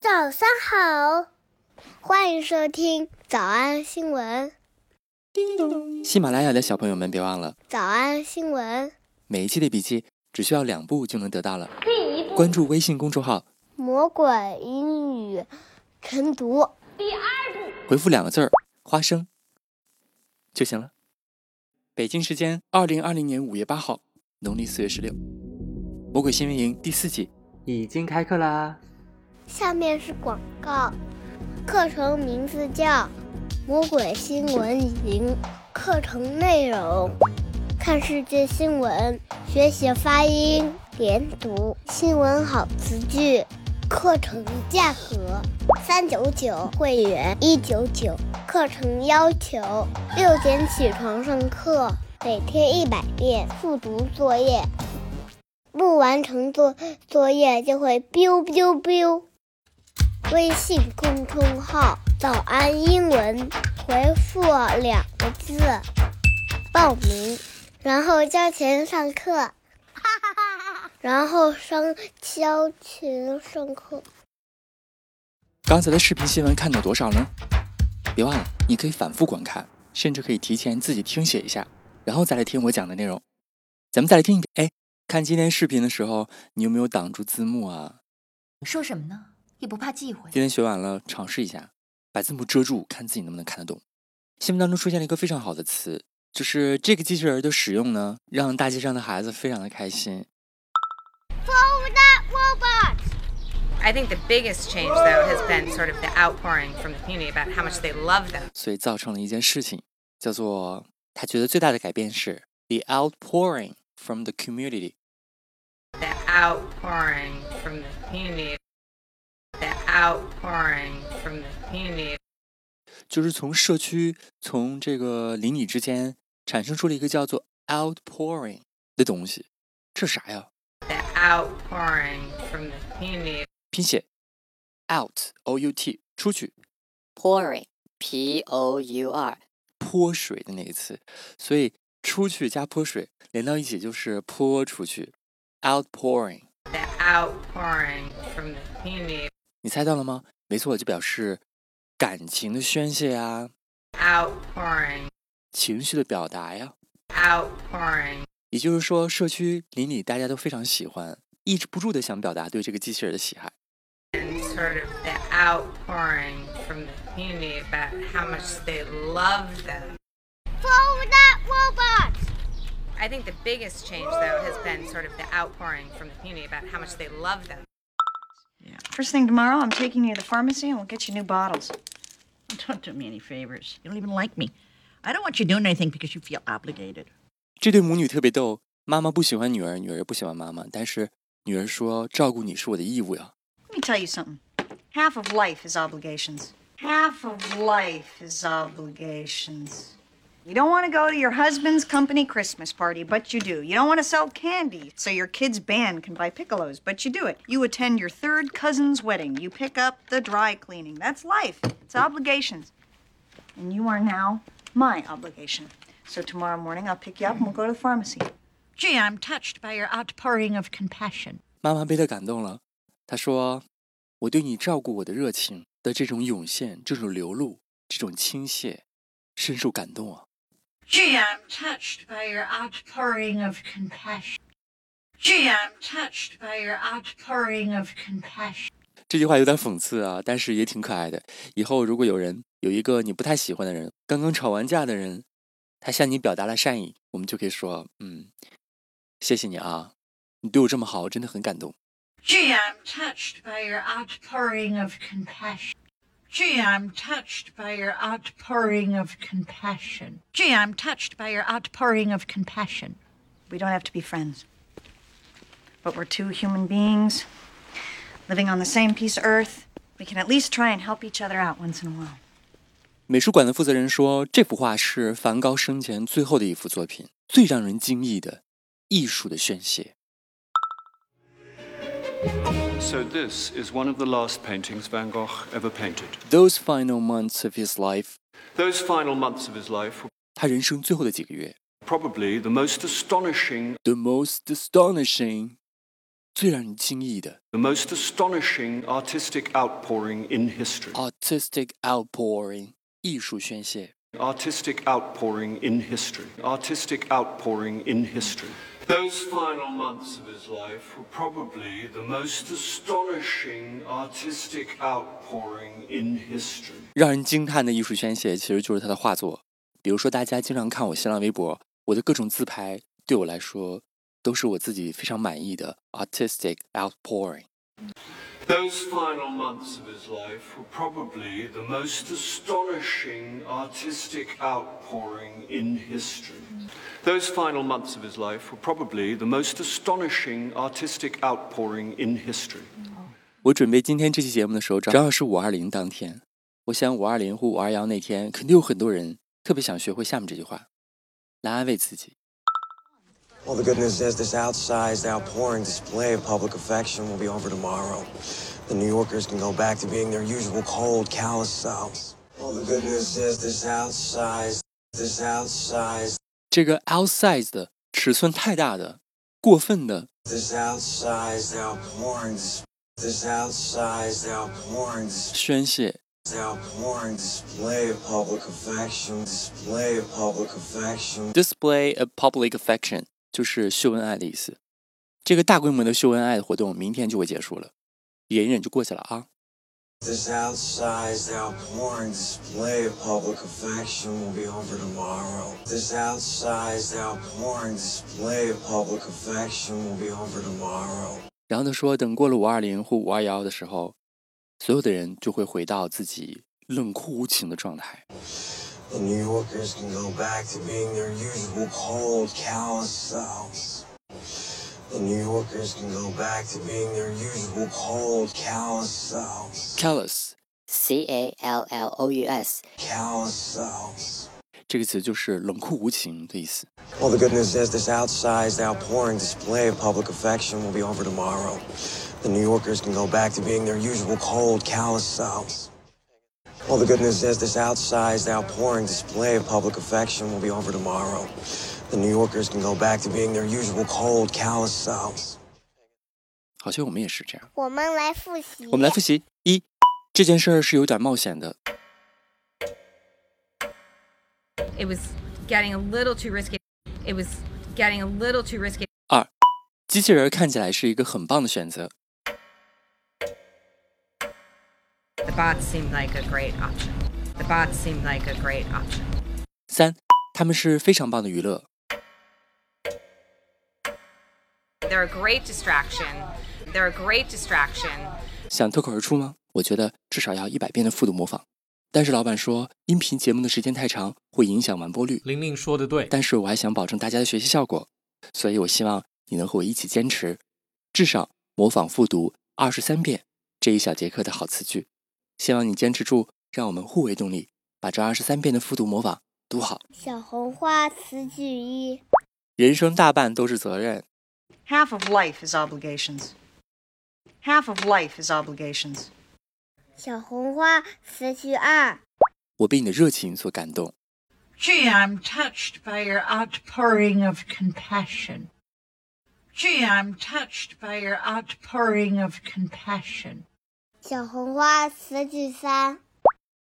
早上好，欢迎收听早安新闻。喜马拉雅的小朋友们，别忘了早安新闻，每一期的笔记只需要两步就能得到了。关注微信公众号，魔鬼英语晨读。回复两个字儿“花生”就行了。北京时间二零二零年五月八号，农历四月十六，魔鬼新闻营第四季已经开课啦！下面是广告，课程名字叫《魔鬼新闻营》，课程内容：看世界新闻，学习发音、连读、新闻好词句。课程价格三九九，会员一九九。课程要求六点起床上课，每天一百遍复读作业，不完成作作业就会 biu biu biu。微信公众号“早安英文”，回复两个字报名，然后交钱上 课。然后上交钱上课。刚才的视频新闻看到多少呢？别忘了，你可以反复观看，甚至可以提前自己听写一下，然后再来听我讲的内容。咱们再来听一遍。哎，看今天视频的时候，你有没有挡住字幕啊？说什么呢？也不怕忌讳。今天学完了，尝试一下，把字幕遮住，看自己能不能看得懂。新闻当中出现了一个非常好的词，就是这个机器人的使用呢，让大街上的孩子非常的开心。 Follow that robot. I think the biggest change, though, has been sort of the outpouring from the community about how much they love them. 所以造成了一件事情，叫做他觉得最大的改变是 the outpouring from the community。 The outpouring from the community. The outpouring from the community. 就是从社区、从这个邻里之间产生出了一个叫做 outpouring 的东西，这啥呀？ The outpouring from the community. 拼写 out o u t 出去 pouring, P O U R，泼水的那个词，所以出去加泼水连到一起就是泼出去 outpouring。 The outpouring from the community. 你猜到了吗？没错，就表示感情的宣泄啊， Outpouring. 情绪的表达呀。 Outpouring. 也就是说，社区邻里大家都非常喜欢，抑制不住的想表达对这个机器人的喜爱。 And sort of the outpouring from the community about how much they love them. Follow that robot. I think the biggest change, though, has been sort of the outpouring from the community about how much they love them. First thing tomorrow, I'm taking you to the pharmacy and we'll get you new bottles. Don't do me any favors. You don't even like me. I don't want you doing anything because you feel obligated. 这对母女特别逗，妈妈不喜欢女儿，女儿不喜欢妈妈，但是女儿说照顾你是我的义务呀。 Let me tell you something. Half of life is obligations. Half of life is obligations. You don't want to go to your husband's company Christmas party, but you do. You don't want to sell candy so your kid's band can buy piccolos, but you do it. You attend your third cousin's wedding. You pick up the dry cleaning. That's life. It's obligations. And you are now my obligation. So tomorrow morning, I'll pick you up and we'll go to the pharmacy. Gee, I'm touched by your outpouring of compassion. 妈妈被她感动了，她说：“我对你照顾我的热情的这种涌现、这种流露、这种倾泻，深受感动啊。 Gee, I'm touched by your outpouring of compassion. Gee, I'm touched by your outpouring of compassion. ”这句话有点讽刺啊，但是也挺可爱的。以后如果有人有一个你不太喜欢的人，刚刚吵完架的人，他向你表达了善意，我们就可以说：“嗯，谢谢你啊，你对我这么好，我真的很感动。 Gee, I'm touched by your outpouring of compassion. Gee, I'm touched by your outpouring of compassion. Gee, I'm touched by your outpouring of compassion. We don't have to be friends. But we're two human beings living on the same piece of earth. We can at least try and help each other out once in a while. ”美术馆的负责人说，这幅画是梵高生前最后的一幅作品，最让人惊异的艺术的宣泄。 So this is one of the last paintings Van Gogh ever painted. Those final months of his life， Those final months of his life were 他人生最后的几个月 probably the most astonishing ，the most astonishing，最让人惊异的 The most astonishing artistic outpouring in history. artistic outpouring 艺术宣泄。 Artistic outpouring in history. Artistic outpouring in history. Those final months of his life were probably the most astonishing artistic outpouring in history. 让人惊叹的艺术宣泄其实就是他的画作。比如说，大家经常看我新浪微博，我的各种自拍对我来说都是我自己非常满意的 artistic outpouring。 Those final months of his life were probably the most astonishing artistic outpouring in history. Those final months of his life were probably the most astonishing artistic outpouring in history. 我准备今天这期节目的时候，正好是五二零当天。我想五二零或五二幺那天，肯定有很多人特别想学会下面这句话，来安慰自己。 Well, the good news is this outsized, outpouring display of public affection will be over tomorrow. The New Yorkers can go back to being their usual cold, callous selves. Well, the good news is this outsized, this outsized, 这个 outsize 的尺寸太大的、过分的 this outsized, outpouring, dis- this outsized, outpouring, dis- 宣泄， this outpouring display of public affection, display of public affection. display of public affection 就是秀恩爱的意思。这个大规模的秀恩爱的活动明天就会结束了，忍一忍就过去了啊。 This outsized outpouring display of public affection will be over tomorrow. This outsized outpouring display of public affection will be over tomorrow. 然后他说，等过了五二零或五二幺的时候，所有的人就会回到自己冷酷无情的状态。 The New Yorkers can go back to being their usual cold, callous selves. The New Yorkers can go back to being their usual cold, callous selves. callous C A L L O U S. Callous selves. 这个词就是冷酷无情的意思。 Well, the good news is this outsized, outpouring display of public affection will be over tomorrow. The New Yorkers can go back to being their usual cold, callous selves. Well, the good news is this outsized, outpouring display of public affection will be over tomorrow. The New Yorkers can go back to being their usual cold, callous selves. 好像我们也是这样。我们来复习。我们来复习：一，这件事儿是有点冒险的； It was getting a little too risky. It was getting a little too risky. 二，机器人儿看起来是一个很棒的选择； The bots seemed like a great option. The bots seemed like a great option. 三，他们是非常棒的娱乐； They're a great distraction. They're a great distraction. 想脱口而出吗？我觉得至少要一百遍的复读模仿。但是老板说，音频节目的时间太长，会影响完播率。玲玲说的对，但是我还想保证大家的学习效果，所以我希望你能和我一起坚持，至少模仿复读二十三遍这一小节课的好词句。希望你坚持住，让我们互为动力，把这二十三遍的复读模仿读好。小红花词句一，人生大半都是责任， Half of life is obligations. Half of life is obligations. 小红花词句二，我被你的热情所感动。 Gee, I'm touched by your outpouring of compassion. Gee, I'm touched by your outpouring of compassion. 小红花词句三，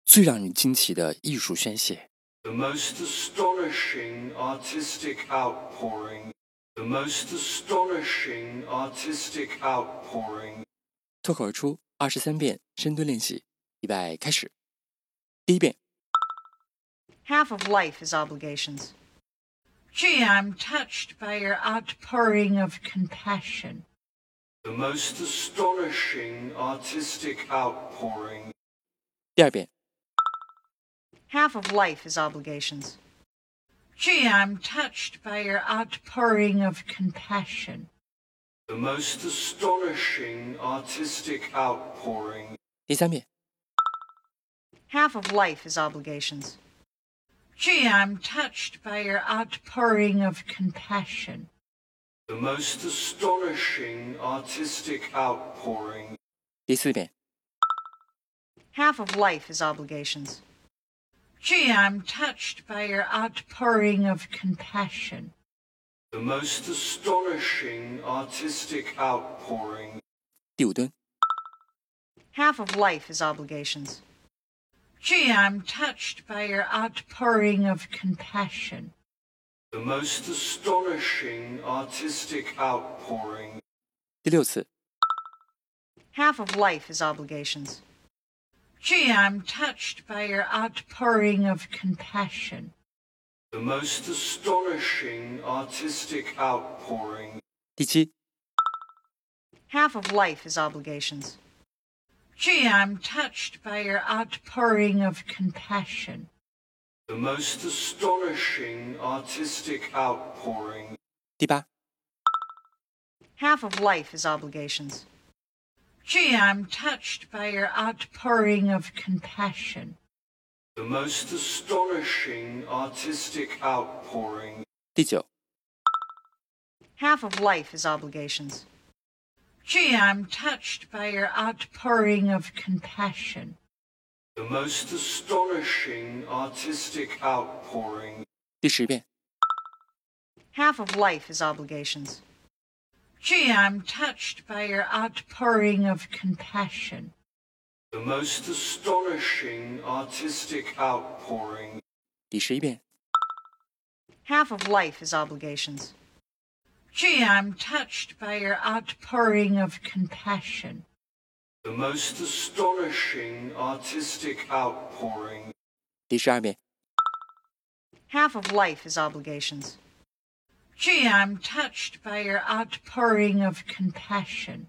最让人惊奇的艺术宣泄， The most astonishing artistic outpouring. The most astonishing artistic outpouring. 脱口而出二十三遍深蹲练习，预备开始。第一遍， Half of life is obligations. Gee, I'm touched by your outpouring of compassion. The most astonishing artistic outpouring. 第二遍， Half of life is obligations. Gee, I'm touched by your outpouring of compassion. The most astonishing artistic outpouring. 第三遍， Half of life is obligations. Gee, I'm touched by your outpouring of compassion. The most astonishing artistic outpouring. 第四遍， Half of life is obligations. Gee, I'm touched by your outpouring of compassion. the most astonishing artistic outpouring 第五蹲， Half of life is obligations. Gee, I'm touched by your outpouring of compassion. The most astonishing artistic outpouring. 第六次， Half of life is obligations. Gee, I'm touched by your outpouring of compassion. The most astonishing artistic outpouring. 第七、 Half of life is obligations. Gee, I'm touched by your outpouring of compassion. The most astonishing artistic outpouring. 第八、 Half of life is obligations. Gee, I'm touched by your outpouring of compassion. The most astonishing artistic outpouring. 第九、 Half of life is obligations. Gee, I'm touched by your outpouring of compassion. The most astonishing artistic outpouring. 第十遍、 Half of life is obligations. Gee, I'm touched by your outpouring of compassion. The most astonishing artistic outpouring. 第十一遍、 Half of life is obligations. Gee, I'm touched by your outpouring of compassion. The most astonishing artistic outpouring. 第十二遍、 Half of life is obligations. Gee, I'm touched by your outpouring of compassion.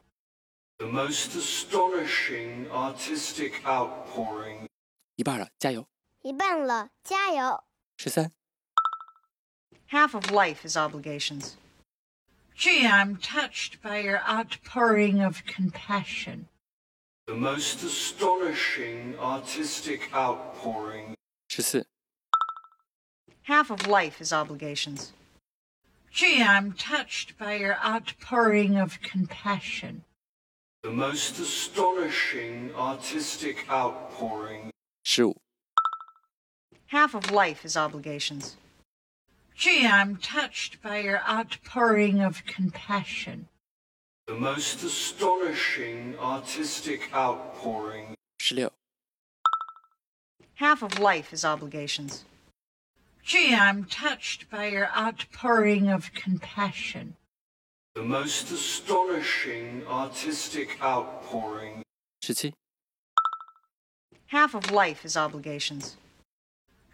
The most astonishing artistic outpouring. 一半了，加油！一半了，加油！十三、 Half of life is obligations. Gee, I'm touched by your outpouring of compassion. The most astonishing artistic outpouring. 十四、 Half of life is obligations. Gee, I'm touched by your outpouring of compassion. The most astonishing artistic outpouring. 十五、 Half of life is obligations. Gee, I'm touched by your outpouring of compassion. The most astonishing artistic outpouring. 十六、 Half of life is obligations. Gee, I'm touched by your outpouring of compassion. The most astonishing artistic outpouring. 十七、 Half of life is obligations.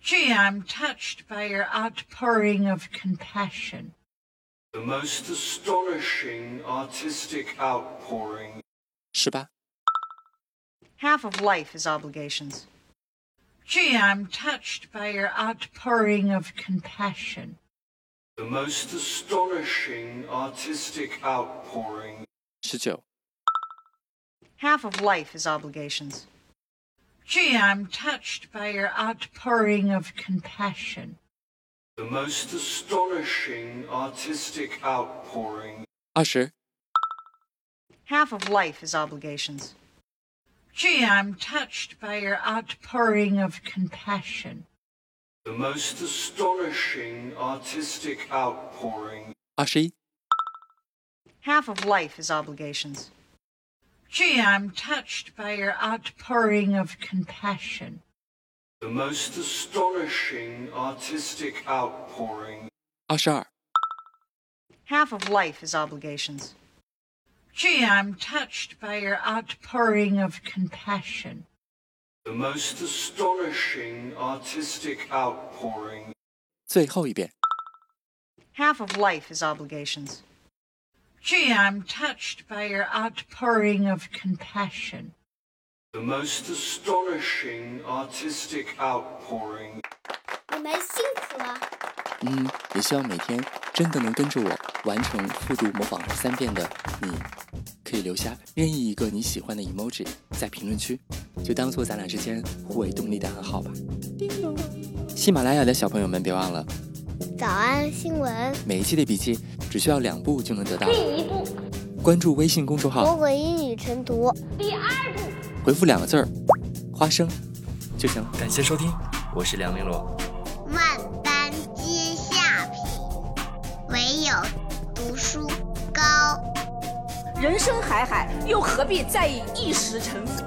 Gee, I'm touched by your outpouring of compassion. The most astonishing artistic outpouring. 十八、 Half of life is obligations. Gee, I'm touched by your outpouring of compassion. The most astonishing artistic outpouring. 十九、 Half of life is obligations. Gee, I'm touched by your outpouring of compassion. The most astonishing artistic outpouring. 二十、 Half of life is obligations. Gee, I'm touched by your outpouring of compassion. The most astonishing artistic outpouring. 二十一、 Half of life is obligations. Gee, I'm touched by your outpouring of compassion. The most astonishing artistic outpouring. 二十二、 Half of life is obligations. Gee, I'm touched by your outpouring of compassion. The most astonishing artistic outpouring. 最后一遍。 Half of life is obligations. Gee, I'm touched by your outpouring of compassion. The most astonishing artistic outpouring. 你们辛苦了。嗯，也希望每天真的能跟着我完成复读模仿三遍的你，可以留下任意一个你喜欢的 emoji 在评论区，就当做咱俩之间互为动力的暗号吧。喜马拉雅的小朋友们别忘了，早安新闻，每一期的笔记只需要两步就能得到。第一步，关注微信公众魔号，鬼英语晨读。回复两个字儿“花生”就行。感谢收听，我是梁玲珑。万般皆下品，唯有人生海海，又何必在意一时沉浮？